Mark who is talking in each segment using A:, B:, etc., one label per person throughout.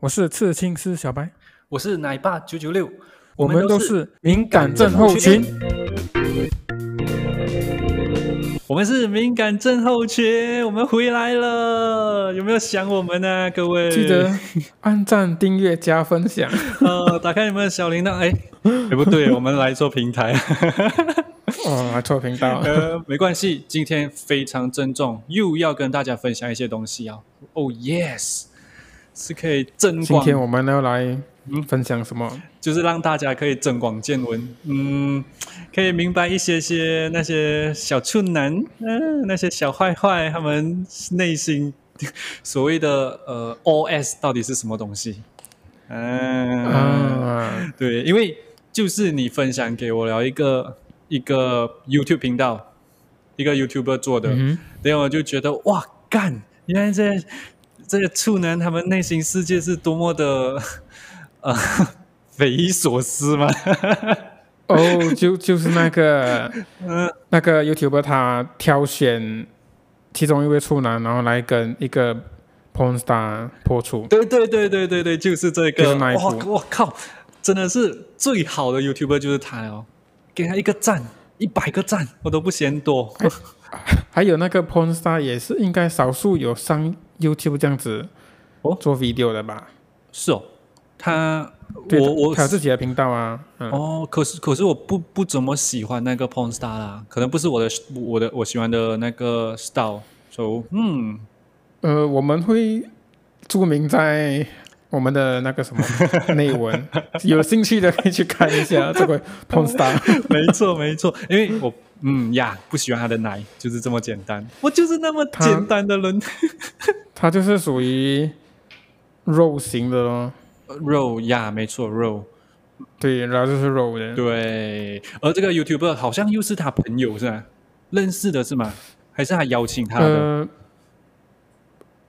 A: 我是刺青师小白，
B: 我是奶爸九九六，
A: 我们都
B: 都是
A: 是敏感症候群。
B: 我们是敏感症候群，我们回来了，有没有想我们呢、各位
A: 记得按赞、订阅、加分享。
B: 呃，打开你们的小铃铛，哎，哎不对，我们来做 平台，
A: 哦，来错频道了。
B: 呃，没关系，今天非常郑重，又要跟大家分享一些东西啊。Oh yes，是可以增
A: 今
B: 广
A: 天我们要来分享什么？
B: 就是让大家可以增广见闻，嗯，可以明白一些些那些小处男，嗯、那些小坏坏，他们内心 所谓的呃 OS 到底是什么东西？嗯、
A: 啊，
B: 对，因为就是你分享给我了一个一个 YouTube 频道，一个 YouTuber 做的，
A: 嗯
B: 然后我就觉得哇干，原来这些这些处男他们内心世界是多么的呃匪夷所思嘛。
A: 哼，哦，就就是那 个
B: 嗯
A: 那个 YouTuber 他挑选其中一位处男，然后来跟一个 porn star 破处。
B: 对对对对对对，就是这
A: 就
B: 个。
A: 是那一
B: 哇
A: 部
B: 我靠，真的是最好的 YouTuber 就是他了哦，给他一个赞，一百个赞我都不嫌多。
A: 哎还有那个 porn star 也是应该少数有上 YouTube 这样子
B: 哦
A: 做 video 的吧？
B: 是哦，他
A: 对
B: 我我
A: 他有自己的频道啊，嗯，
B: 哦，可是可是我不不怎么喜欢那个 porn star 啦，可能不是我的我的我喜欢的那个 style，所、so, 嗯，
A: 呃，我们会注明在我们的那个什 么内文，有兴趣的可以去看一下这个
B: 哦
A: porn star。
B: 没错没错，因为我嗯呀不喜欢他的奶，就是这么简单，我就是那么
A: 他
B: 简单的人，
A: 他就是属于肉型的咯，
B: 肉呀没错肉，
A: 对，然后就是肉的，
B: 对，而这个 YouTuber 好像又是他朋友是吧？认识的是吗？还是他邀请他的、
A: 呃，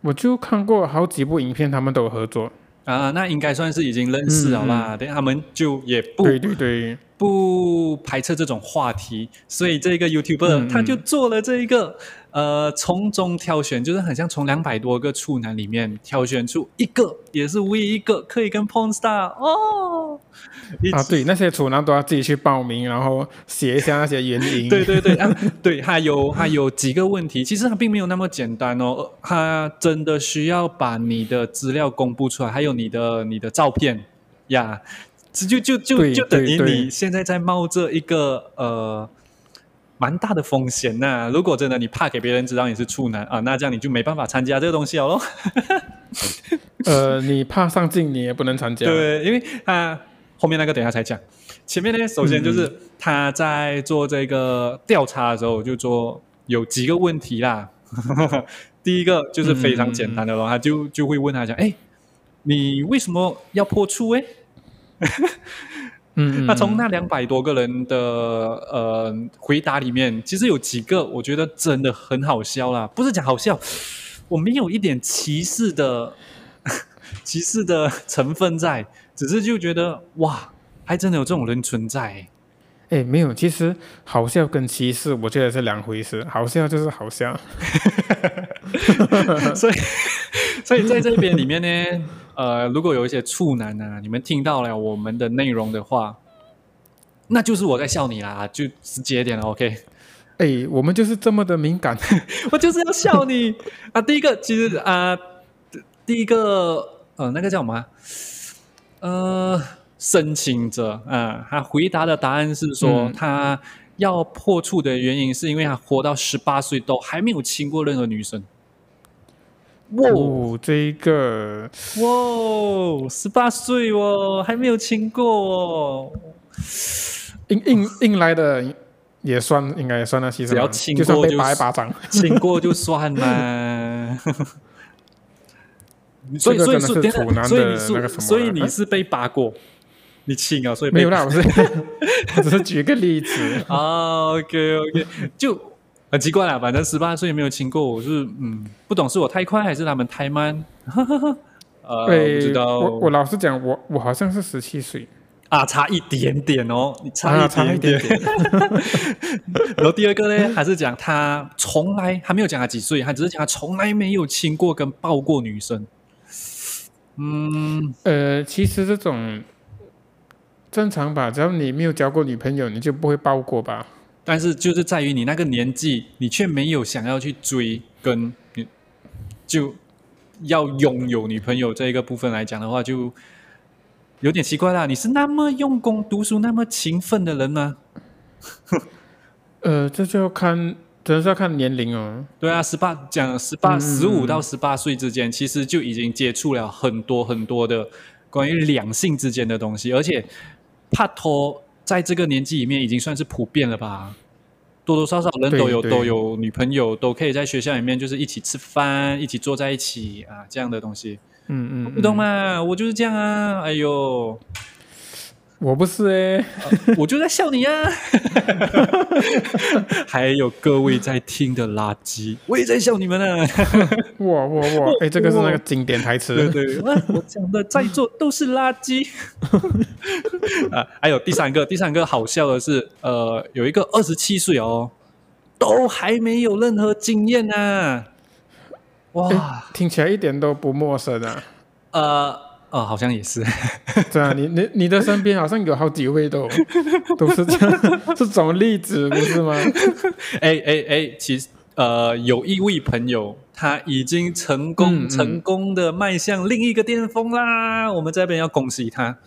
A: 我就看过好几部影片，他们都有合作。
B: 啊？那应该算是已经认识了啦，等、他们就也不
A: 嗯对对对，
B: 不排斥这种话题，所以这个 YouTuber、
A: 嗯嗯
B: 他就做了这一个呃，从中挑选，就是很像从两百多个处男里面挑选出一个，也是唯一一个可以跟 Porn Star 哦，一
A: 啊，
B: 起
A: 对，那些处男都要自己去报名，然后写一下那些原因。
B: 对对对啊，对，还有还有几个问题，其实它并没有那么简单哦，呃它真的需要把你的资料公布出来，还有你的你的照片呀，这就就就
A: 对
B: 就等
A: 对
B: 于
A: 对
B: 你现在在冒着一个呃蛮大的风险呐、如果真的你怕给别人知道你是处男啊，那这样你就没办法参加这个东西了咯。
A: 呃，你怕上镜，你也不能参加。
B: 对，因为他后面那个等一下才讲，前面呢，首先就是他在做这个调查的时候，就说有几个问题啦。 第一个就是非常简单的咯，他就就会问他讲，哎，你为什么要破处？哎，
A: 嗯，嗯，
B: 那从
A: 嗯
B: 那两百多个人的呃回答里面，其实有几个我觉得真的很好笑啦，不是讲好笑，我没有一点歧视的 歧视的成分在，只是就觉得哇，还真的有这种人存在欸。
A: 哎，没有，其实好笑跟歧视，我觉得是两回事。好笑就是好笑，
B: 所以，所以在这边里 面呢，呃，如果有一些处男啊，你们听到了我们的内容的话，那就是我在笑你啦，就直接一点了，OK。
A: 哎，我们就是这么的敏感。
B: 我就是要笑你啊！第一个其实啊，第一个呃，那个叫什么啊？呃，申请者啊，他回答的答案是说、
A: 嗯
B: 他要破处的原因是因为他活到十八岁都还没有亲过任何女生。哇
A: 哦，这一个
B: 哇，十八岁哦，还没有亲过哦。
A: 硬硬硬来的也算，应该也算那其实
B: 只要
A: 嘛
B: 亲
A: 就算
B: 过
A: 被
B: 就
A: 打一
B: 是
A: 巴 掌。
B: 亲过就算 啦。所以，
A: 这
B: 所
A: 个
B: 以
A: 真的是
B: 说，等一下
A: 处男
B: 所以
A: 的
B: 你
A: 那个
B: 是，
A: 什么
B: 所以
A: 了
B: 你
A: 啊
B: 是被扒过，你亲啊，所以被
A: 没有啦，我是 我只是举个例子。
B: 啊，OK OK，就很奇怪啦。反正十八岁没有亲过，我是嗯，不懂是我太快还是他们太慢， 呃，不知
A: 对，
B: 道
A: 哎我我老实讲，我我好像是十七岁，
B: 啊，差一点点哦，你
A: 啊
B: 差
A: 差
B: 一
A: 一
B: 点
A: 点
B: 点。然后第二个呢，还是讲他从来他没有讲他几岁，他只是讲他从来没有亲过跟抱过女生。嗯，
A: 呃，其实这种正常吧，只要你没有交过女朋友，你就不会爆过吧？
B: 但是就是在于你那个年纪，你却没有想要去追跟你就要拥有女朋友这一个部分来讲的话，就有点奇怪啦。你是那么用功读书、那么勤奋的人吗？
A: 呃，这就要看，真的是要看年龄哦。
B: 对啊，十八讲十八
A: 嗯
B: 十五到十八岁之间，其实就已经接触了很多很多的关于两性之间的东西，而且帕托在这个年纪里面已经算是普遍了吧。多多少少人都有
A: 对对
B: 都有女朋友，都可以在学校里面就是一起吃饭，一起坐在一起啊，这样的东西，
A: 嗯嗯，
B: 你懂
A: 嗯？
B: 吗？我就是这样啊，哎呦，
A: 我不是哎、
B: 我就在笑你啊！ 还有各位在听的垃圾，我也在笑你们啊！
A: 哇哇 哇！哎、这个是那个经典台词。
B: 对 对，哇哎我讲的在座都是垃圾 啊！还有第三个，第三个好笑的是，呃，有一个二十七岁哦，都还没有任何经验啊！哇，
A: 听起来一点都不陌生啊！
B: 呃，呃，好像也是，
A: 对啊，你 你你的身边好像有好几位都 都是这样 这种例子，不是 吗？
B: 哎哎哎，其实呃，有一位朋友他已经成功、
A: 嗯嗯
B: 成功的迈向另一个巅峰啦，我们这边要恭喜他。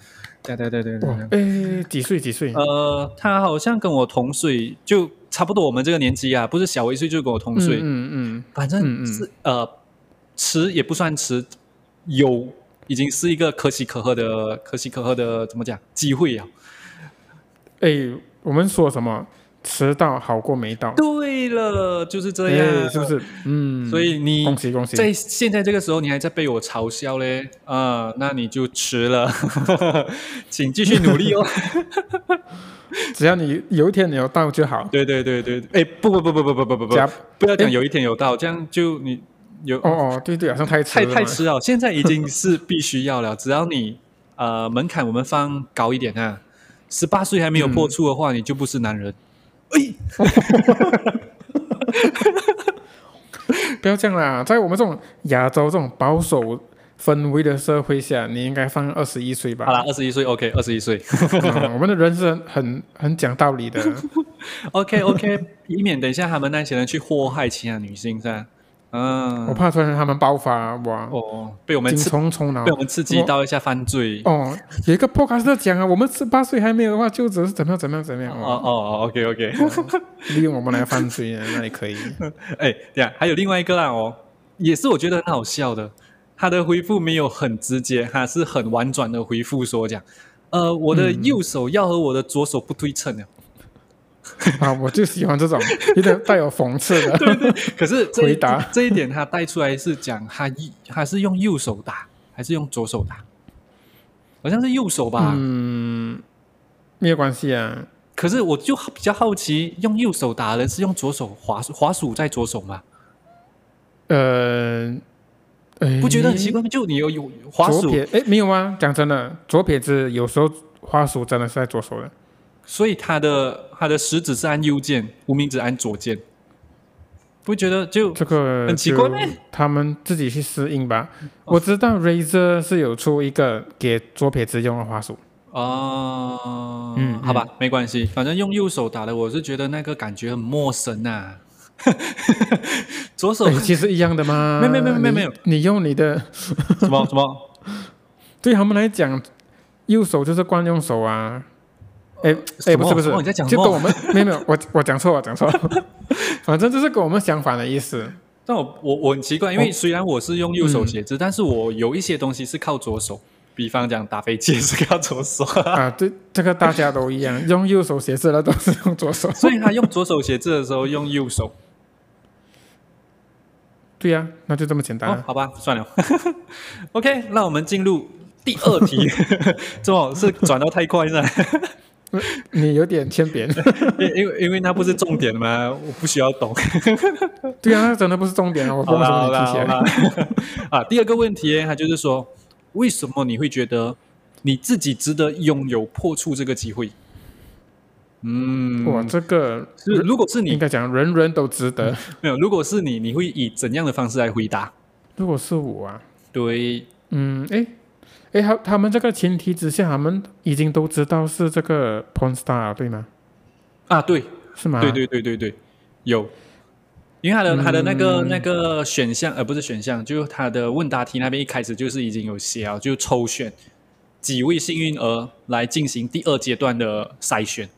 B: 对对对对对
A: 哇
B: 对，
A: 哎、几岁几岁？
B: 呃，他好像跟我同岁，就差不多我们这个年纪啊，不是小我一岁，就跟我同岁。
A: 嗯嗯嗯
B: 反正
A: 嗯
B: 是呃，迟也不算迟，有已经是一个可喜可贺的、可喜可贺的怎么讲机会啊。
A: 嗯，哎、我们说什么？迟到好过没到，
B: 对了，就是这样，
A: 哎是不？是？嗯，
B: 所以你
A: 恭喜恭喜！
B: 在现在这个时候，你还在被我嘲笑嘞啊、那你就迟了， 请继续努 力哦。
A: 只要你有一天你有到就好，
B: 对对对对，哎，不不不不不不不不不
A: 加，
B: 不要讲
A: 哎
B: 有一天有到，这样就你有
A: 哦哦，对对，好像太迟
B: 太
A: 了，
B: 太迟了，现在已经是必须要了。 只要你呃门槛我们放高一点啊，十八岁还没有破处的话，你就不是男人。
A: 不要这样啦，在我们这种亚洲这种保守氛围的社会下，你应该放二十一岁吧？
B: 好啦，二十一岁，OK，二十一岁
A: 嗯 我们的人是很很讲道理的。
B: 嗯，OK OK，以 免等一下他们那些人去祸害其他女性，是吧？嗯
A: 我，怕突然他们爆发，哇，
B: 哦，啊被我们
A: 精
B: 刺
A: 虫充脑
B: 被。我们刺激
A: 我
B: 到一下犯罪。
A: 哦，有一个 podcast 讲啊，我们十八岁还没有的话，就只是怎么样怎么样怎么样，
B: 哦
A: 哦、
B: 哦哦，OK OK，
A: 利用我们来犯罪呢，那也 可以。
B: 哎，对啊，还有另外一个啦哦，也是我觉得很好笑的，他的回复没有很直接，他是很婉转的回复说讲，呃，我的
A: 嗯
B: 右手要和我的左手不对称了。
A: 啊，我就喜欢这种有点带有讽刺 的。
B: 可是这一
A: 回答
B: 这一点他带出来是讲他一他是用右手打还是用左手打？好像是右手吧。
A: 嗯，没有关系啊。
B: 可是我就比较好奇，用右手打的人是用左手滑滑鼠在左手吗？
A: 呃，哎
B: 不觉得很奇怪吗？就你有有滑
A: 左
B: 鼠，
A: 撇哎，没有啊，讲真的，左撇子有时候花鼠真的是在左手的。
B: 所以他的他的食指是按右键，无名指按左键，不觉得就
A: 这个
B: 很奇怪咩哦
A: 就他们自己去适应吧。我知道 Razer 是有出一个给左撇子用的花束，
B: 哦，
A: 嗯
B: 好吧，没关系，反正用右手打的，我是觉得那个感觉很陌生呐、啊。 左手
A: 哎，其实一样的嘛。
B: 哦没有没有没有没有没有
A: 你，你用你的，
B: 什么什么？
A: 对他们来讲，右手就是惯用手啊。哎哎，不
B: 呃什么
A: 是不是
B: 什么，你在讲什
A: 就
B: 么
A: 跟我们 没有没有，我我讲错了，讲错 了，反正就是跟我们相反的意思。
B: 但我我我很奇怪，因为虽然我是用右手写字，但是我有一些东西是靠左手，比方讲打飞机也是靠左 手，
A: 啊，对，这个大家都一样，用右手写字的都是用左手。
B: 所以他用左手写字的时候用右手。
A: 对呀、那就这么简单、
B: 哦
A: 啊，。
B: 好吧，算了。OK，那我们进入第二 题。这么是转到太快是吧？
A: 你有点欠扁。
B: 因因为因为它不是重点嘛，我不需要懂。
A: 对呀、那真的不是重点啊，我不
B: 好
A: 知
B: 啦
A: 道
B: 好
A: 为什么
B: 啦
A: 你提起
B: 好
A: 来。
B: 啦。啊，第二个问题，它就是说，为什么你会觉得你自己值得拥有破处这个机会？嗯，
A: 哇，这个
B: 是如果是
A: 应
B: 你嗯
A: 该讲人人都值得。
B: 没有，如果是你，你会以怎样的方式来回答？
A: 如果是我啊，
B: 对，
A: 嗯，诶，诶，他他们这个前提之下，他们已经都知道是这个 porn star 对吗？
B: 啊，对，
A: 是吗？
B: 对对对对对，有，因为他的、他的那个那个选项，呃，不是选项，就是他的问答题那边一开始就是已经有写啊，就抽选几位幸运儿来进行第二阶段的筛选。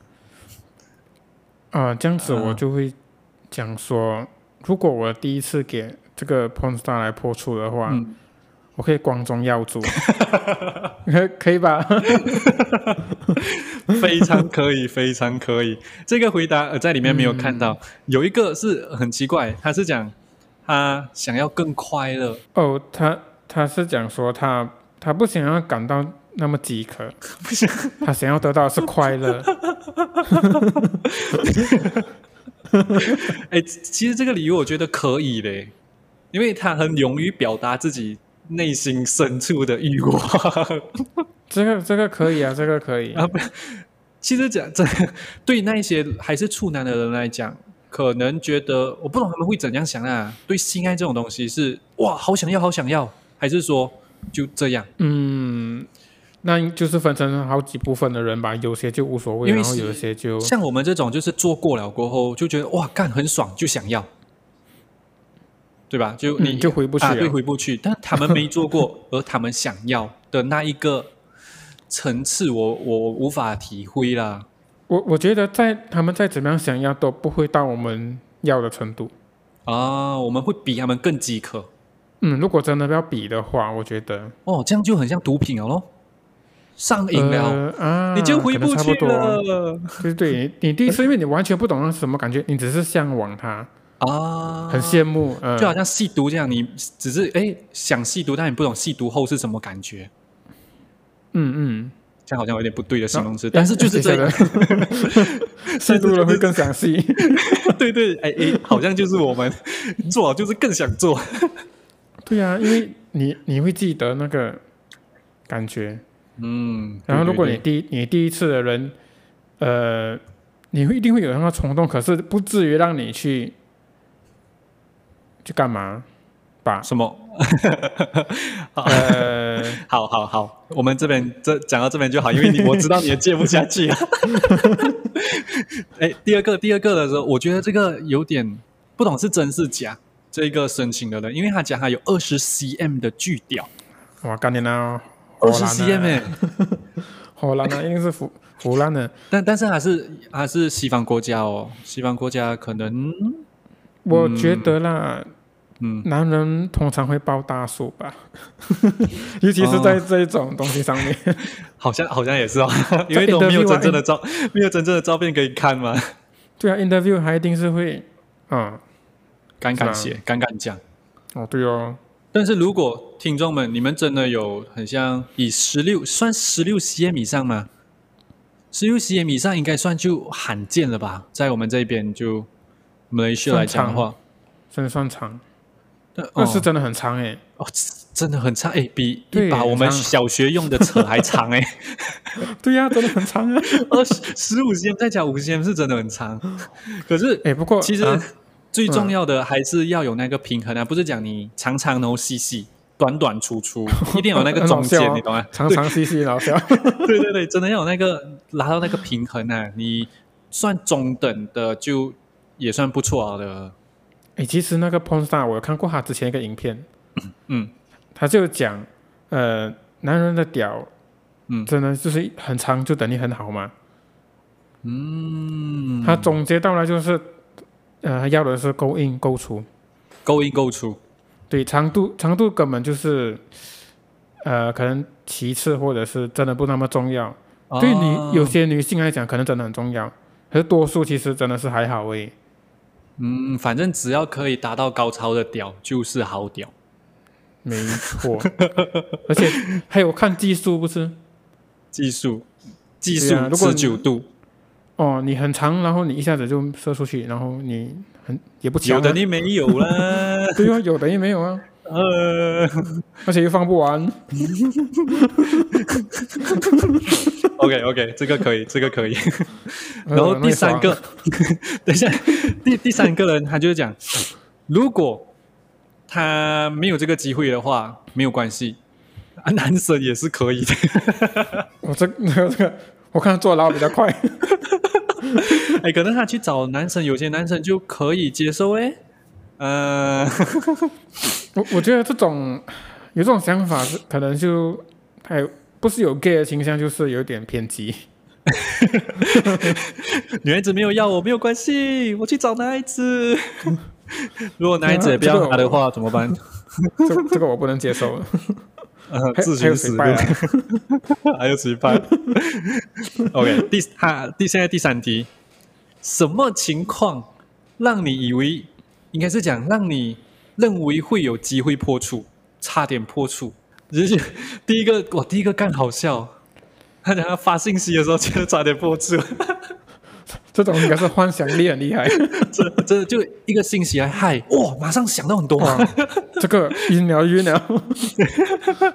A: 啊，这样子
B: 啊
A: 我就会讲说，如果我第一次给这个 porn star 来破处的话，
B: 嗯
A: 我可以光宗耀 祖，可可以吧？
B: 非常可以，非常可以。这个回答呃在里面没有看到，有一个是很奇怪，他是讲他想要更快乐，
A: 哦，他他是讲说他他不想要感到那么饥渴，
B: 不想
A: 他想要得到的是快乐。
B: 哎，其其实这个理由我觉得可以嘞，因为他很勇于表达自己内心深处的欲望。
A: 这个这个可以啊，这个可以。
B: 啊其实讲真， 对那一些还是处男的人来讲，可能觉得我不懂他们会怎样想啊。对性爱这种东西是哇，好想要，好想要，还是说就这样？
A: 嗯，那就是分成好几部分的人吧，有些就无所谓，
B: 因为
A: 然后
B: 是
A: 有些就
B: 像我们这种就是做过了过后就觉得哇干很爽就想要，对吧？就你、
A: 嗯就回不去
B: 啊，
A: 了。
B: 对，回不去。但他们没做过，而他们想要的那一个层次我，我无法体会啦。
A: 我我觉得在他们再怎么样想要都不会到我们要的程度。
B: 啊，我们会比他们更饥渴
A: 嗯，如果真的要比的话，我觉得
B: 哦，这样就很像毒品了咯，上瘾了，
A: 呃、啊，
B: 你就回不
A: 可
B: 去
A: 能差不多。
B: 了
A: 对对，你你第一次因为你完全不懂那是什么感觉，你只是向往它，
B: 啊，
A: 很羡慕。嗯、
B: 就好像吸毒这样，你只是哎想吸毒，但你不懂吸毒后是什么感觉，
A: 嗯嗯，
B: 这样好像有点不对的形容词，
A: 诶
B: 但是就是这样。，
A: 哎 吸毒了会更想吸。
B: 对对，哎哎，好像就是我们做好就是更想做。
A: 对呀、啊，因为你你会记得那个感觉，
B: 嗯，
A: 然后如果
B: 对
A: 你第你第一次的人，呃，你会一定会有那个冲动，可是不至于让你去去干嘛吧
B: 对？什么，
A: 呃，
B: 好好好，我们这边这讲到这边就好，因为你我知道你也接不下去 了。哎，第二个第二个的时候，我觉得这个有点不懂是真是假。这一个申请的人，因为他讲他有二十 cm 的巨屌，
A: 我干你呢，
B: 二
A: 荷
B: 十
A: 兰
B: cm，
A: 呢，
B: 哎
A: 荷兰啊呢一定是腐腐烂的。
B: 但但是还是还是西方国家哦，西方国家可能
A: 我觉得啦，
B: 嗯
A: 男人通常会抱大树吧， 尤其是在
B: 哦
A: 这种东西上面。
B: 好像好像也是哦，因为
A: 在
B: 都没有
A: interview 啊
B: 真正的照，没有真正的照片可以看嘛。
A: 对啊，interview 还一定是会，啊、
B: 敢敢
A: 是啊
B: 写，敢敢讲。
A: 哦对哦，
B: 但是如果听众们，你们真的有很像以十六算十六 cm 以上吗？十六 cm 以上应该算就罕见了吧，在我们这边就马来西亚来讲的话，
A: 真的算长，
B: 但
A: 那
B: 哦
A: 是真的很长欸诶。
B: 哦，真的很长哎，比
A: 对
B: 一把我们
A: 很长
B: 小学用的尺还长 哎，
A: 对呀、真的很长 啊。
B: 二十十五 cm 再加五 cm 是真的很长，可是
A: 哎，不过
B: 其实
A: 啊
B: 最重要的还是要有那个平衡啊，不是讲你长长然后细细，短短 粗粗，一定有那个
A: 很
B: 中
A: 好笑
B: 间，
A: 哦
B: 你懂吗？
A: 长长细细老笑。
B: 对对对，真的要有那个拿到那个平衡啊，你算中等的就也算不错 了。
A: 哎，其实那个 porn star 我有看过他之前一个影片，
B: 嗯，
A: 他就讲，呃，男人的屌，
B: 嗯
A: 真的就是很长就等于很好嘛。
B: 嗯，
A: 他总结到来就是，呃，他要的是够硬够粗，
B: 勾一勾出
A: 对，长度长度根本就是，呃，可能其次或者是真的不那么重要。对你有
B: 啊
A: 些女性来讲，可能真的很重要，可是多数其实真的是还好诶。
B: 嗯，反正只要可以达到高超的屌就是好屌。
A: 没错，而且还有看技术不是？
B: 技术技
A: 对
B: 术
A: 啊如果你
B: 持久度，
A: 哦，你很长，然后你一下子就射出去，然后你很也不强、
B: 有
A: 啊，
B: 的你没有啦，
A: 对啊，有的也没有啊，
B: 呃。
A: 而且又放不完。
B: OK OK，这个可以，这个可以。
A: 呃
B: 然后第三，个， 等一下，第第三个人他就是讲，如果他没有这个机会的话，没有关系，啊，男神也是可以的。
A: 我这这个，我看他坐牢比较快。
B: 哎，可能他去找男神，有些男神就可以接受哎。呃，
A: 我我觉得这种有这种想法是可能就还有不是有 gay 的倾向，就是有点偏激。
B: 女孩子没有要我没有关系，我去找男孩子。 如果男孩子也不
A: 这
B: 要
A: 个
B: 他的话，怎么办？
A: 这这个我不能接受。
B: 呃，
A: 还
B: 自
A: 还有谁
B: 寻死
A: 拜
B: 路。
A: 啊？
B: 还有谁办 ？OK，第他第现在第三题，什么情况让你以为应该是讲让你认为会有机会破处，差点破处？只是第一个，我第一个干好笑，他讲他发信息的时候就差点破处，
A: 这种应该是幻想力很厉害。
B: 这这就一个信息来嗨，哇，马上想到很多。啊
A: 哇，这个晕了晕了。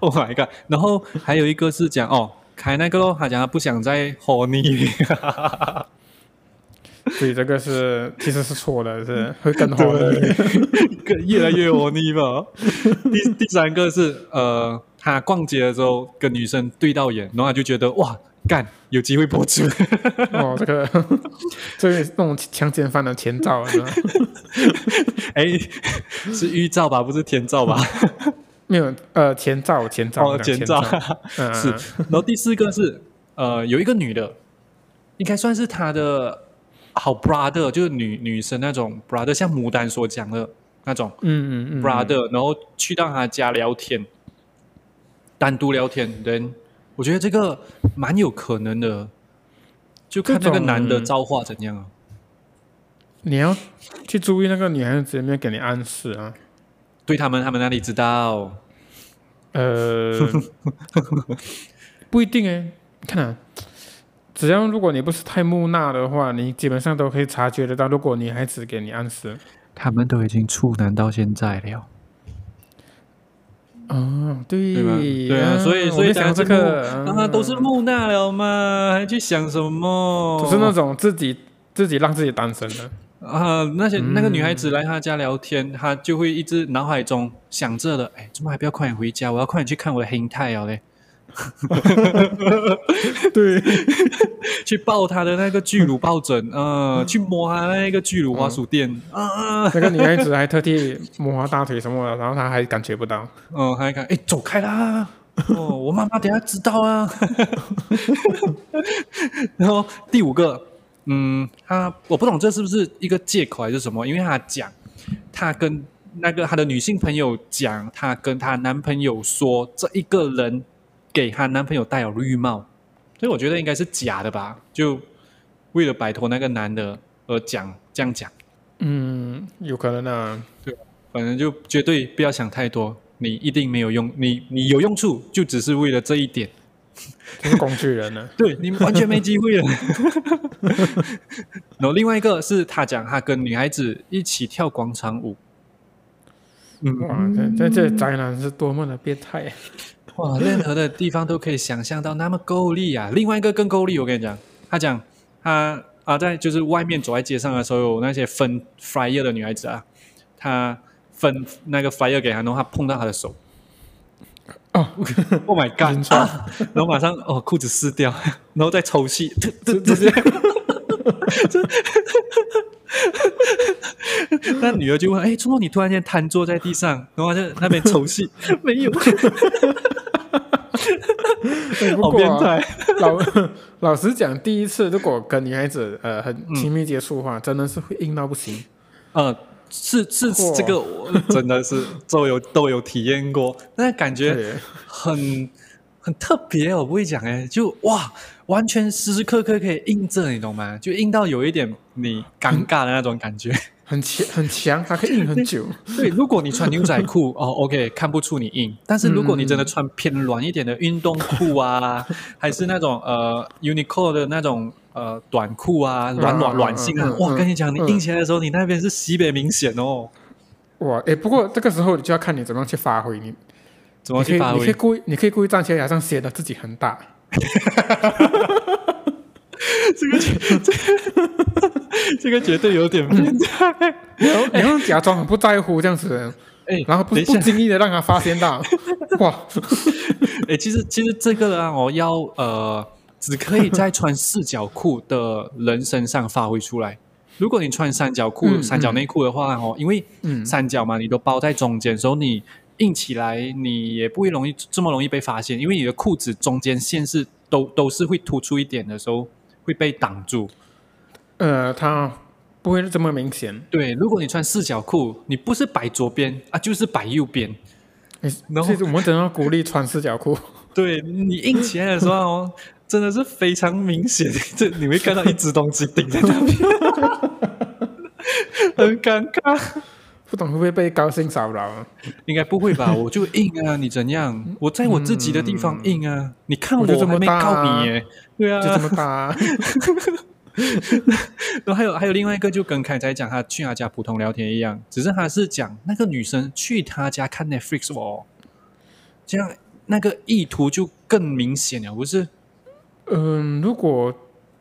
B: Oh my god！然后还有一个是讲哦，开那个咯，他讲他不想再吼你。
A: 所以这个是其实是错的，是
B: 嗯
A: 会 更好的。
B: 更越来越油腻吧。 第第三个是呃，他逛街的时候跟女生对到眼，然后他就觉得哇，干有机会破 处。
A: 哦，这个这个是那种强奸犯的前兆啊。是吧
B: 哎，是预兆吧，不是天兆吧？
A: 没有，呃，前兆，前兆，
B: 哦，
A: 讲前
B: 前兆。
A: 嗯，
B: 是，然后第四个是呃，有一个女的，应该算是她的好 brother，就是女女生那种 brother，像牡丹所讲的那种。
A: 嗯嗯嗯
B: brother，、然后去到他家聊天，单独聊天。人，我觉得这个蛮有可能的，就看那
A: 这
B: 个
A: 种
B: 男的造化怎样啊。
A: 你要去注意那个女孩子有没有给你暗示啊。
B: 对他们，他们哪里知道？
A: 呃，不一定哎、你看啊，只要如果你不是太木讷的话，你基本上都可以察觉得到。如果女孩子给你暗示，
B: 他们都已经处男到现在了。
A: 哦，对
B: 对吧对啊所以
A: 我
B: 所以
A: 没
B: 大
A: 想到
B: 家
A: 这
B: 这幕
A: 个嗯
B: 啊，都是木讷了嘛，还去想什么？
A: 不是那种自己自己让自己单身的。
B: 啊、那些那个女孩子来他家聊天，她就会一直脑海中想着的，哎，怎么还不要快点回家？我要快点去看我的黑太哦嘞，
A: 对，
B: 去抱她的那个巨乳抱枕，呃，去摸她那个巨乳滑鼠垫，啊、啊，
A: 那个女孩子还特地摸她大腿什么的，然后她还感觉不到。
B: 嗯、还看，哎，走开啦，哦，我妈妈等下知道啊。 然后第五个，嗯，他我不懂这是不是一个借口还是什么？因为他讲他跟那个他的女性朋友讲，她跟她男朋友说这一个人给她男朋友戴了绿帽，所以我觉得应该是假的吧，就为了摆脱那个男的而讲这样讲，
A: 嗯，有可能啊。
B: 反正就绝对不要想太多。你一定没有用，你你有用处，就只是为了这一点，
A: 就是工具人啊呢、
B: 对你完全没机会了。 然后另外一个是他讲他跟女孩子一起跳广场舞， 嗯，
A: 哇，这这这宅男是多么的变态啊！
B: 哇， 任何的地方都可以想象到那么够力啊！另外一个更够力，我跟你讲，他讲他啊，在就是外面走在街上的时候，有那些分 flyer 的女孩子啊，她分那个 flyer 给他，然后他碰到他的手。
A: 哦
B: ，Oh my
A: 晕
B: god！、
A: 船
B: 啊然后马上哦裤子撕掉，然后再抽气，
A: 直直接
B: 那女儿就问：“哎、怎么你突然间瘫坐在地上？”然后她在那边 抽泣，没有，好
A: 好
B: 变态。
A: 老 老实讲，第一次如果跟女孩子呃很亲密接触的话，真的是会硬到不行。
B: 呃，是是
A: 嚯
B: 这个，我真的是都有都有体验过，那感觉
A: 对，
B: 很很特别哦。我不会讲哎，就哇，完全时时刻刻可以印证，你懂吗？就印到有一点你尴尬的那种感觉。
A: 很强很强，它可以硬很久。
B: 对，如果你穿牛仔 裤，哦，OK，看不出你硬。但是如果你真的穿偏软一点的运动裤
A: 嗯
B: 啊，还是那种呃 Uniqlo 的那种呃短裤啊，软软
A: 嗯
B: 软性啊
A: 嗯，嗯
B: 哇，
A: 嗯
B: 跟你讲，你
A: 嗯
B: 硬起来的时候，你那边是西北明显哦。
A: 哇，哎，不过这个时候你就要看你怎么样去发挥你。
B: 怎么去
A: 你可
B: 发
A: 以你可以
B: 挥？
A: 故意，你可以故意站起来，好像显得自己很大。
B: 这个绝对有点变态。
A: 嗯 你要你要假装很不在乎这样子，
B: 哎
A: 然后不
B: 等一下
A: 不经意的让他发现到，哇，
B: 哎、其实其实这个啊，我要呃，只可以 在穿四角裤的人身上发挥出来。如果你穿三角裤、
A: 嗯
B: 三角内裤的话哦，因为
A: 嗯
B: 三角嘛，你都包在中间，所以你硬起来，你也不会容易这么容易被发现，因为你的裤子中间线是都都是会突出一点的时候会被挡住。
A: 呃，他不会这么明显，
B: 对，如果你穿四角裤，你不是摆左边啊，就是摆右边。
A: 哎
B: 然后
A: 其实我们真的要鼓励穿四角裤，
B: 对你硬起来的时候哦，真的是非常明显，这你会看到一只东西顶在那边， 很尴尬。
A: 不懂会不会被高薪骚扰啊？
B: 应该不会吧？我就硬啊，你怎样？我在我自己的地方硬啊，你看
A: 嗯我就这
B: 还
A: 么
B: 没
A: 大
B: 告
A: 啊
B: 你耶，对啊
A: 就。这么大、啊，
B: 然后还有还有另外一个，就跟凯仔讲他去他家普通聊天一样，只是他是讲那个女生去他家看 Netflix 哦，这样那个意图就更明显了，不是？
A: 嗯，如果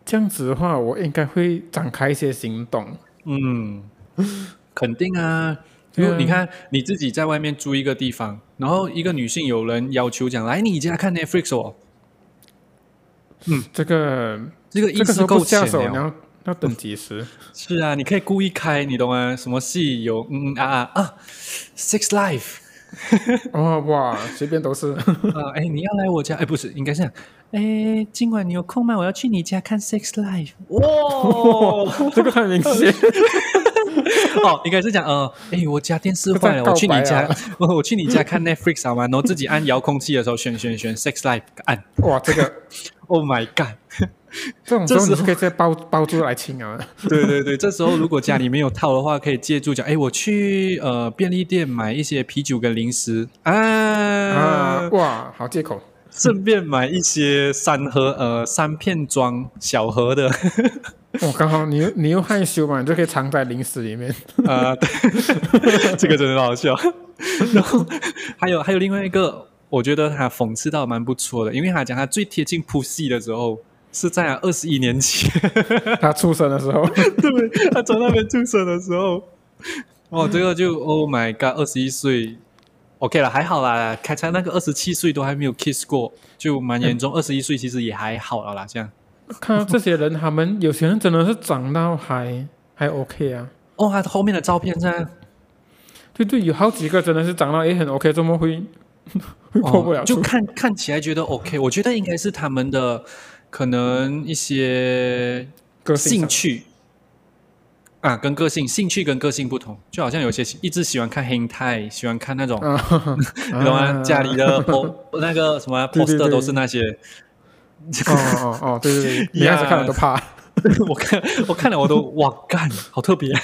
A: 这样子的话，我应该会展开一些行动。
B: 嗯，肯定啊。
A: 对
B: 因
A: 啊
B: 为你看你自己在外面租一个地方，然后一个女性有人要求讲来你家看 Netflix 哦，
A: 这个
B: 这个意
A: 这个时
B: 思
A: 候
B: 够
A: 不
B: 浅
A: 下手，你
B: 了。
A: 要要等几时？
B: 是啊，你可以故意开，你懂吗？什么戏有嗯嗯啊啊啊，Six Life
A: 哦哇，随便都是。
B: 啊，哎，你要来我家？哎，不是，应该是这样，哎，今晚你有空吗？我要去你家看 Six Life。哇，
A: 这个很明显，
B: 哦，应该是讲呃，哎，我家电视坏了，我去你
A: 这在
B: 家
A: 告白，啊
B: 我我去你家看 Netflix 好吗？然后自己按遥控器的时候选选选 Six Life 按。
A: 哇，这个
B: Oh my god！
A: 这种时
B: 这
A: 候
B: 时
A: 你
B: 候
A: 是可以再包包住来亲啊。
B: 对对对，这时候如果家里没有套的话，可以借助讲，哎，我去呃便利店买一些啤酒跟零食啊，
A: 啊，哇，好借口。
B: 顺便买一些三盒呃三片装小盒的，
A: 我刚好你又你又害羞嘛，你就可以藏在零食里面。
B: 啊， 对， 这个真的很好笑。然后还有还有另外一个，我觉得他讽刺到蛮不错的，因为他讲他最贴近 Pussy 的时候是在二十一年前。
A: 他出生的时候，
B: 对，他从那边出生的时候，哦，这个就 Oh my God，二十一岁，OK 了，还好啦。开才那个二十七岁都还没有 kiss 过，就蛮严重。二十一岁其实也还好了啦，这样。
A: 看到这些人，他们有些人真的是长到还还 OK 啊。
B: 哦，他后面的照片在
A: 对对，有好几个真的是长到也很 OK，怎么会 会破不了
B: 哦
A: 处？
B: 就看看起来觉得 OK，我觉得应该是他们的可能一些
A: 个性
B: 兴
A: 上
B: 趣啊，跟个性、兴趣跟个性不同，就好像有些一直喜欢看黑太，喜欢看那种
A: 啊，
B: 你懂吗？家里 的 po 那个什么
A: 对对
B: poster
A: 对
B: 都是那些。
A: 哦哦哦，对对对，你开始看了都 怕，
B: 我看我看了我都哇干，好特别、啊，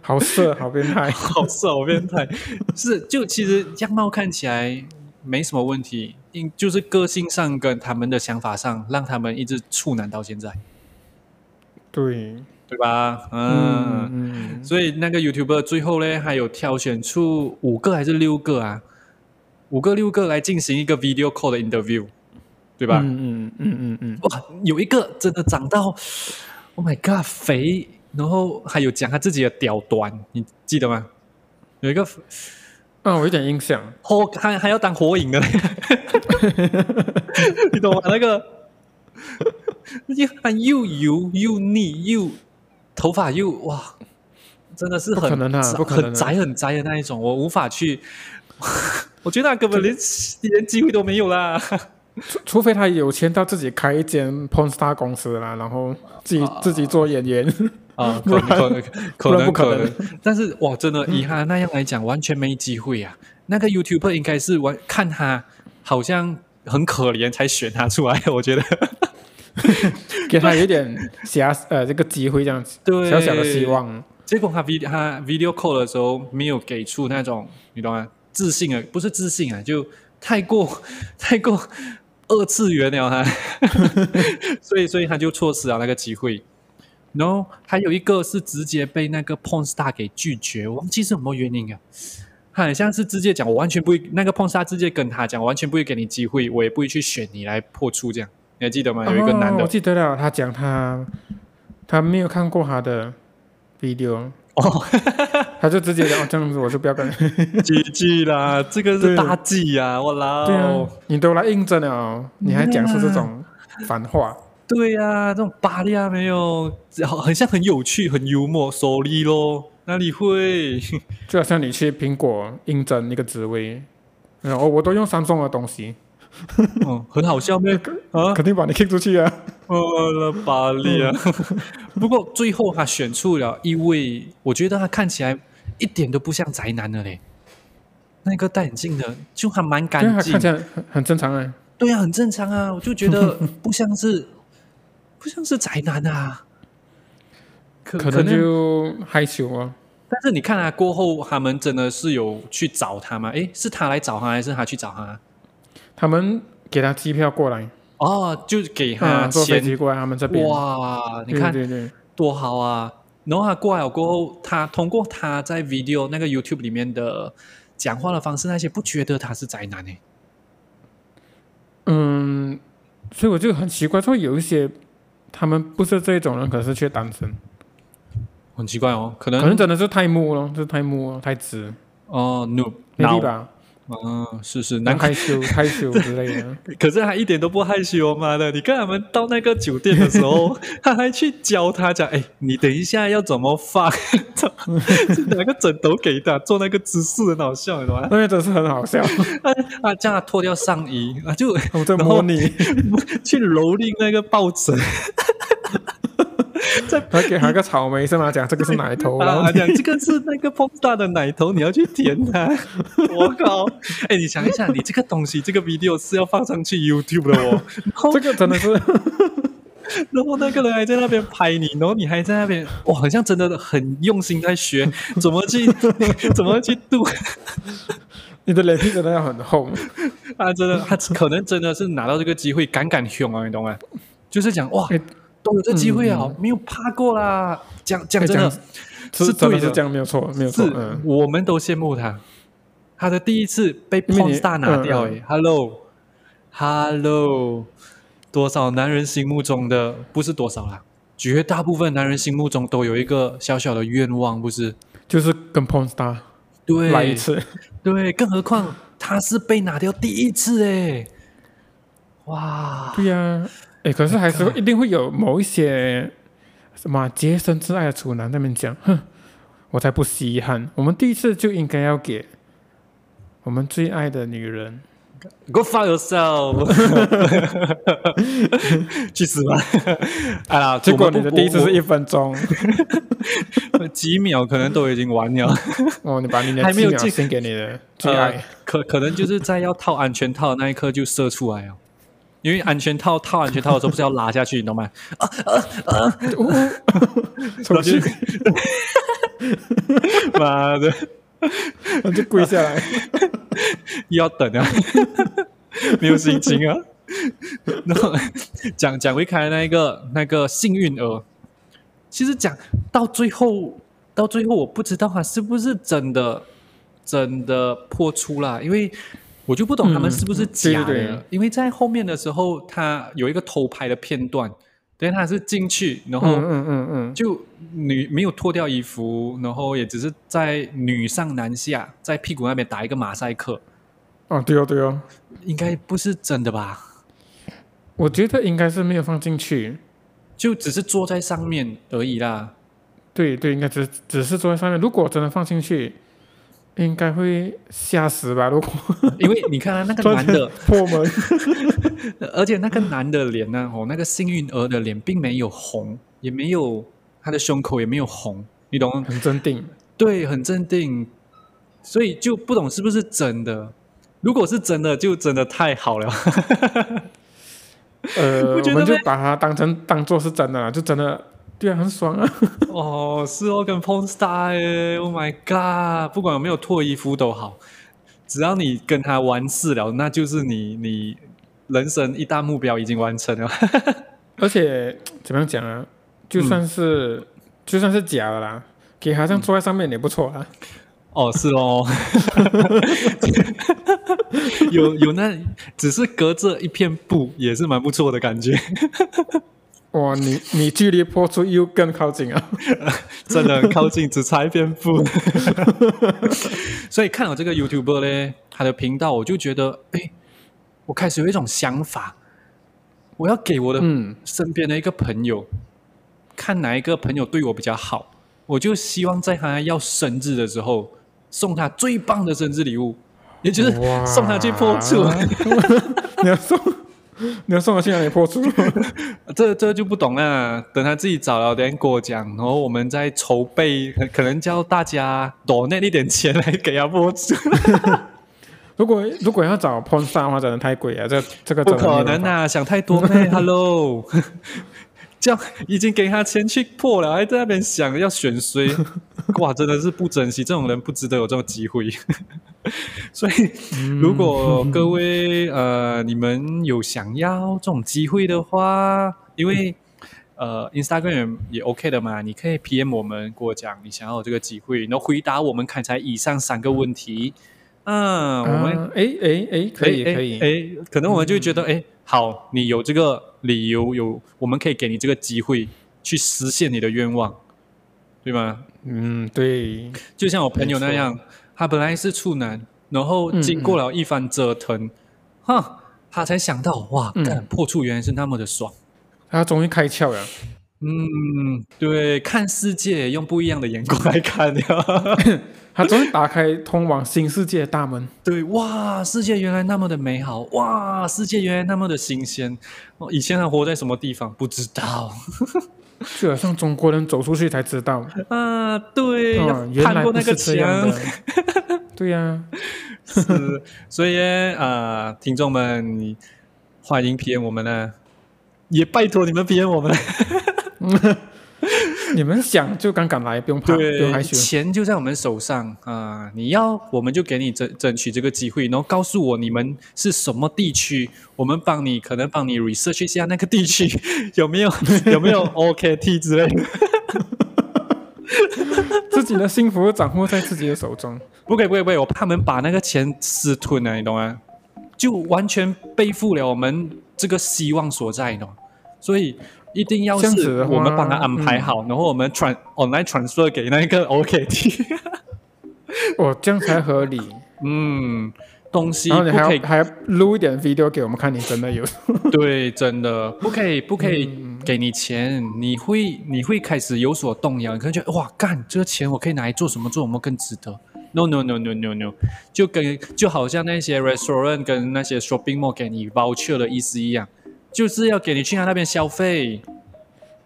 A: 好色，好变态。
B: 好色，好变态。是，就其实样貌看起来没什么问题，因就是个性上跟他们的想法上，让他们一直处男到现在，
A: 对，
B: 对吧？嗯。
A: 嗯嗯，
B: 所以那个 YouTuber 最后呢，还有挑选出五个还是六个啊？五个六个来进行一个 video call 的 interview，对
A: 对
B: 吧？
A: 嗯嗯嗯嗯嗯
B: 哇，有一个真的长到，Oh my God，肥，然后还有讲他自己的屌短，你记得吗？有一个
A: 嗯，啊，我有点印象。
B: 火，还还要当火影的嘞， 你懂吗？那个又又油又腻又头发又哇，真的是
A: 不可
B: 很
A: 能啊
B: 窄
A: 不可能啊
B: 很宅很宅的那一种，我无法去， 我觉得他根本连连机会都没有啦。
A: 除除非他有钱到自己开一间 Pornstar 公司啦，然后自己、自己做演员，
B: 啊，
A: 不
B: 可
A: 然
B: 可可
A: 不然
B: 能
A: 不可
B: 可
A: 能
B: 能，但是哇，真的以他那样来讲，完全没机会啊。那个 YouTuber 应该是完看他好像很可怜才选他出来，我觉得。
A: 给他有一点遐呃这个机会这样子，
B: 对
A: 小小的希望。
B: 结果他 vid 他 video call 的时候没有给出那种你懂吗？自信啊，不是自信啊，就太过 太过二次元了哈， 所以所以他就错失了那个机会。然后还有一个是直接被那个 porn star 给拒绝，我忘记是什么原因啊。他很像是直接讲，我完全不会，那个 porn star 直接跟他讲，我完全不会给你机会，我也不会去选你来破处这样。你还记得吗？有一个男
A: 哦
B: 的
A: 我记得了，他讲他他没有看过他的 video，
B: 哦，
A: 他就直接讲、哦、这样子，我就不要跟。
B: 几句啦，这个是
A: 对啊
B: 大忌呀、我老。
A: 对啊，你都来应征了，哦你还讲出这种反话，
B: 对呀、这种巴利亚没有，好，很像很有趣，很幽默，sorry 咯，哪里会？
A: 就好像你去苹果应征一个职位，然后、哦、我都用三中的东西，
B: 嗯，很好笑咩？啊，
A: 肯定把你 kick 出去啊。
B: 呃，巴利亚。
A: 嗯
B: 不过最后他选出了一位，我觉得他看起来一点都不像宅男的嘞。那个戴眼镜的，就还
A: 对
B: 蛮
A: 啊
B: 干，净
A: 看起，来很很正常啊。
B: 对啊，很正常啊。我就 觉得不像是，不像是宅男啊。可
A: 可能就害羞啊。
B: 但是你看啊，过后他们真的是有去找他吗？诶，是他来找他，还是他去找他？
A: 他们给他机票过来，
B: 哦，就给他
A: 啊，坐飞
B: 钱。
A: 机过来他们这边。
B: 哇，你
A: 对
B: 看
A: 对对，
B: 多好啊！然后他过来了过后，他通过他在 video 那个 YouTube 里面的讲话的方式那些，不觉得他是宅男诶。
A: 嗯，所以我就很奇怪，说有一些他们不是这种人，可是却单
B: 嗯
A: 身，
B: 很奇怪哦，可能
A: 可能真的是太木了，就是太木了，太直，
B: 哦，no，
A: 没力
B: no，
A: 吧，
B: 嗯，是是，难
A: 难
B: 怪。
A: 害羞、害羞之类 的。
B: 可是他一点都不害羞，妈的！你看他们到那个酒店的时候， 他还去教他讲，哎，你等一下要怎么放， 就拿个枕头给他做那个姿势，很好笑，你懂吗？
A: 那个真是很好笑，
B: 啊啊，叫他脱掉上衣啊，就
A: 我在
B: 然后
A: 摸你，
B: 去蹂躏那个抱枕。
A: 还给他个草莓是吗？讲这个是奶头，然后
B: 啊，讲这个是那个碰大的奶头，你要去舔它。 我靠！哎，你想一下，你这个东西，这个 video 是要放上去 YouTube 的 哦。然后
A: 这个真的是，
B: 然后那个人还在那边拍你，然后你还在那边，哇，好像真的很用心在学 怎么去怎么去度。
A: 你的脸皮真的要很厚。
B: 他啊真的，他可能真的是拿到这个机会，敢敢凶啊，你懂吗？就是讲哇
A: 哎，嗯
B: 都有这机会啊，没有怕过啦。讲讲
A: 哎
B: 真的，
A: 讲
B: 是
A: 是真
B: 对
A: 的
B: 的
A: 是这样，没有错，没有错。
B: 是
A: 嗯，
B: 我们都羡慕他，他的第一次被
A: 因为你
B: porn star 拿掉、
A: 嗯
B: 诶 h e l l o hello，多少男人心目中的不是多少啦，绝大部分男人心目中都有一个小小的愿望，不是？
A: 就是跟 porn star 来一
B: 对，
A: 次，
B: 对，更何况他是被拿掉第一次诶，哇，
A: 对呀、哎，可是还是会一定会有某一些什么啊洁身自爱的处男在那边讲，哼，我才不稀罕，我们第一次就应该要给我们最爱的女人。
B: Go fuck yourself！去死 吧！啊，
A: 哎结
B: 我
A: 果
B: 们
A: 你
B: 不
A: 的第一次
B: 我
A: 是一分钟，
B: 我几秒，可能都已经完了。
A: 哦，你把你的
B: 还没
A: 几
B: 有
A: 秒
B: 进
A: 献给你的最爱。
B: 呃，可可能就是在要套安全套的那一刻就射出来哦，因为安全套套安全套的时候不是要拉下去，你 懂吗？
A: 重 新，
B: 妈的，
A: 然后就跪下来。
B: 又要等啊， 没有心情啊。 然后讲讲回开那一个那个幸运儿，其实讲到最后，到最后我不知道他是不是真的真的破出啦，因为我就不懂他们
A: 嗯
B: 是不是假的，
A: 对对对
B: 因为在后面的时候，他有一个偷拍的片段，对，他是进去，然后
A: 嗯嗯嗯嗯，
B: 就女没有脱掉衣服，然后也只是在女上男下，在屁股那边打一个马赛克，
A: 哦，对哦对哦，
B: 应该不是真的吧？
A: 我觉得应该是没有放进去。
B: 就只是坐在上面而已啦。
A: 对对，应该只只是坐在上面。如果真的放进去，应该会吓死吧？如果
B: 因为你看啊，那个男的，
A: 破门，
B: 而且那个男的脸呢、哦，那个幸运儿的脸并没有红，也没有他的胸口也没有红，你懂吗？
A: 很镇 定。
B: 对，很镇定，所以就不懂是不是真的。如果是真的，就真的太好了。
A: 呃，
B: 不
A: 我
B: 觉得
A: 们就
B: 咩
A: 把它当成当做是真的了，就真的对啊，很爽 啊。
B: 哦，是哦，跟 Porn Star 哎，Oh my God！不管有没有脱衣服都好，只要你跟他完事了，那就是你你人生一大目标已经完成了。
A: 而且怎么样讲啊？就算是、
B: 嗯
A: 就算是假的啦，给他这样坐在上面也不错啊。
B: 哦，是哦， 有有那只是隔着一片布，也是蛮不错的感觉。
A: 哇，你你距离破处又更靠近 啊！
B: 真的很靠近，只差一片布。 所以看了这个 YouTuber 嘞，他的频道，我就觉得，哎，我开始有一种想法，我要给我的
A: 嗯，
B: 身边的一个朋友，看哪一个朋友对我比较好，我就希望在他要生日的时候送他最棒的生日礼物，也就是
A: 哇
B: 送他去破处。
A: 你要送，你要送我去哪里破处？
B: 这这就不懂啦，等他自己找了，等下跟我讲，然后我们再筹备，可可能叫大家 donate 一点钱来给他播出，
A: 如果如果要找 porn star 的话，真的太贵了，啊这这个
B: 不
A: 真的没
B: 可
A: 有办
B: 能
A: 法
B: 啊，想太多 咩？Hello，这样已经给他钱去破了，还在那边想要选 谁，哇，真的是不珍惜这种人，不值得有这种机会。 所以，如果各位呃你们有想要这种机会的话，因为呃 Instagram 也 OK 的嘛，你可以 PM 我们跟我讲你想要有这个机会，然后回答我们刚才以上三个问题。嗯，我们
A: 啊哎哎哎，可以可以，嗯
B: 哎，可能我们就会觉得，哎、好，你有这个理由，有我们可以给你这个机会去实现你的愿望，对吗？
A: 嗯，对，
B: 就像我朋友那
A: 没错
B: 样，他本来是处男，然后
A: 嗯
B: 经过了一番折腾，哈、他才想到，哇，
A: 嗯
B: 干破处原来是那么的爽。
A: 他终于开窍了。
B: 嗯，对，看世界用不一样的眼光来看 呀。
A: 他终于打开通往新世界的大门。
B: 对，哇，世界原来那么的美好，哇，世界原来那么的新鲜。哦，以前还活在什么地方不知道。
A: 就好像中国人走出去才知道，
B: 啊，对，要
A: 嗯，原
B: 攀
A: 来
B: 过
A: 不
B: 那个
A: 是这样
B: 墙
A: 的，。 对呀、
B: 是所以啊、呃听众们，你欢迎 PM 我们呢，也拜托你们 PM 我们 了。
A: 你们想就敢敢来，不用怕，不用害
B: 对，
A: 羞。
B: 钱就在我们手上啊、你要我们就给你争争取这个机会，然后告诉我你们是什么地区，我们帮你可能帮你 research 一下那个地区 有没有有没有 OKT 之类的。
A: 自己的幸福掌握在自己的手中。
B: 不可以，不可以，不可以！我怕他们把那个钱私吞了，你懂吗？就完全背负了我们这个希望所在，你懂吗？所以一定要
A: 这样子
B: 是
A: 的话嗯
B: 我们帮他安排好，然后我们传 online transfer 给那个 OKT，
A: 哦，这样才合理。
B: 嗯，东西
A: 然后
B: 不
A: 你还
B: 可以
A: 要还要录一点 video 给我们看，你真的有。
B: 对，真的不可以，不可以给你钱，你会你会开始有所动摇，你可能觉得哇，干这个钱我可以拿来做什么做什么更值得。No no no no no no，就跟就好像那些 restaurant 跟那些 shopping mall 给你 voucher 的意思一样，就是要给你去他那边消费。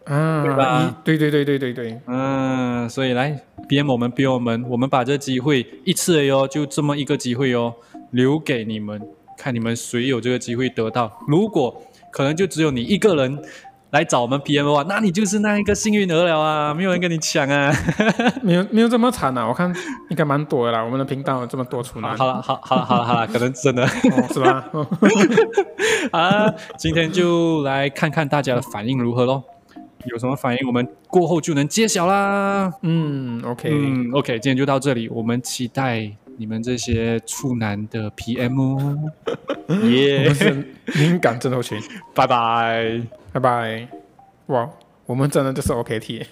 B: 对
A: 啊
B: 吧，
A: 对对对对对对，
B: 嗯，所以来 b 我们 b 我们，我们把这机会一次而已哦，就这么一个机会哦，留给你们，看你们谁有这个机会得到。如果可能就只有你一个人来找我们 PM 的话，那你就是那一个幸运儿了啊，没有人跟你抢啊。
A: 没有没有这么惨啊！我看应该蛮多的啦，我们的频道有这么多处男，
B: 好了，好，好了，好了，好了，可能真的
A: 哦、是吧？哦
B: 啊，今天就来看看大家的反应如何咯。有什么反应，我们过后就能揭晓啦。
A: 嗯，OK，
B: 嗯，OK，今天就到这里，我们期待你们这些处男的 PM 哦，
A: 我
B: 耶
A: 们，是敏感症候群，
B: 拜拜。
A: 拜拜。哇，我们真的就是 OKT，